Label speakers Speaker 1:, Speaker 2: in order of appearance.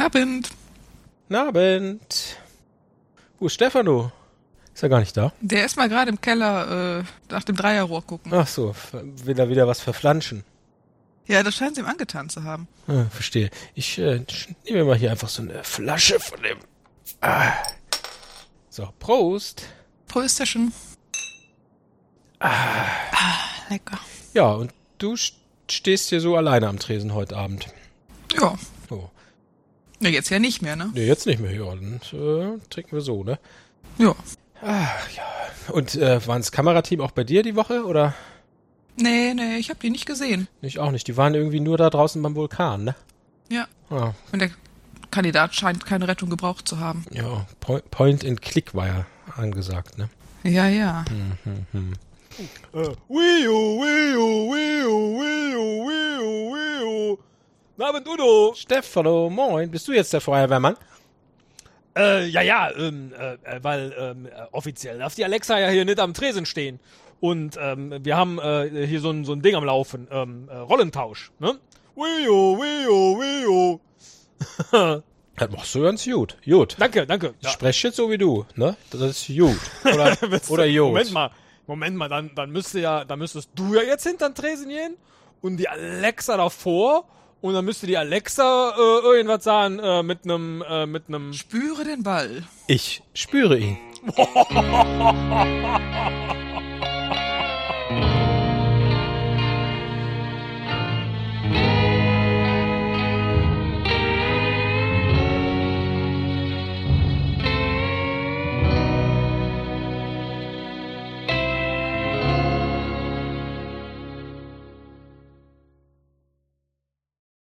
Speaker 1: Abend.
Speaker 2: Abend. Wo ist Stefano? Ist er gar nicht da?
Speaker 1: Der ist mal gerade im Keller äh, nach dem Dreierrohr gucken.
Speaker 2: Ach so, will er wieder was verflanschen.
Speaker 1: Ja, das scheint sie ihm angetan zu haben.
Speaker 2: Hm, verstehe. Ich äh, nehme mir mal hier einfach so eine Flasche von dem. Ah. So, Prost.
Speaker 1: Prösterchen.
Speaker 2: Ah.
Speaker 1: Ah, lecker.
Speaker 2: Ja, und du stehst hier so alleine am Tresen heute Abend.
Speaker 1: Ja.
Speaker 2: Oh.
Speaker 1: Ja, jetzt ja nicht mehr, ne?
Speaker 2: Nee, jetzt nicht mehr. Ja, dann äh, trinken wir so, ne?
Speaker 1: Ja.
Speaker 2: Ah, ja. Und äh, waren das Kamerateam auch bei dir die Woche, oder?
Speaker 1: Nee, nee, ich hab die nicht gesehen.
Speaker 2: Ich auch nicht. Die waren irgendwie nur da draußen beim Vulkan, ne? Ah.
Speaker 1: Ja.
Speaker 2: Ja,
Speaker 1: Und der Kandidat scheint keine Rettung gebraucht zu haben.
Speaker 2: ja Po- Point and Click war ja angesagt, ne?
Speaker 1: Ja, ja.
Speaker 2: Hm,
Speaker 3: Äh, Wio, Wio, Wio, Wio, Wio, Wio. Abend, Udo.
Speaker 2: Stefano, moin. Bist du jetzt der Feuerwehrmann?
Speaker 3: Äh, ja, ja, ähm, äh, weil ähm, äh, offiziell darf die Alexa ja hier nicht am Tresen stehen. Und ähm, wir haben äh, hier so ein, so ein Ding am Laufen, ähm, äh, Rollentausch, ne? Wio, Wio, Wio.
Speaker 2: Das machst du ganz gut. Gut.
Speaker 3: Danke, danke.
Speaker 2: Ich spreche jetzt so wie du, ne? Das ist gut. Oder, oder gut.
Speaker 3: Moment mal, Moment mal, dann, dann müsste ja, dann müsstest du ja jetzt hinter den Tresen gehen und die Alexa davor und dann müsste die Alexa äh, irgendwas sagen äh, mit einem äh, mit einem
Speaker 1: Spüre den Ball.
Speaker 2: Ich spüre ihn.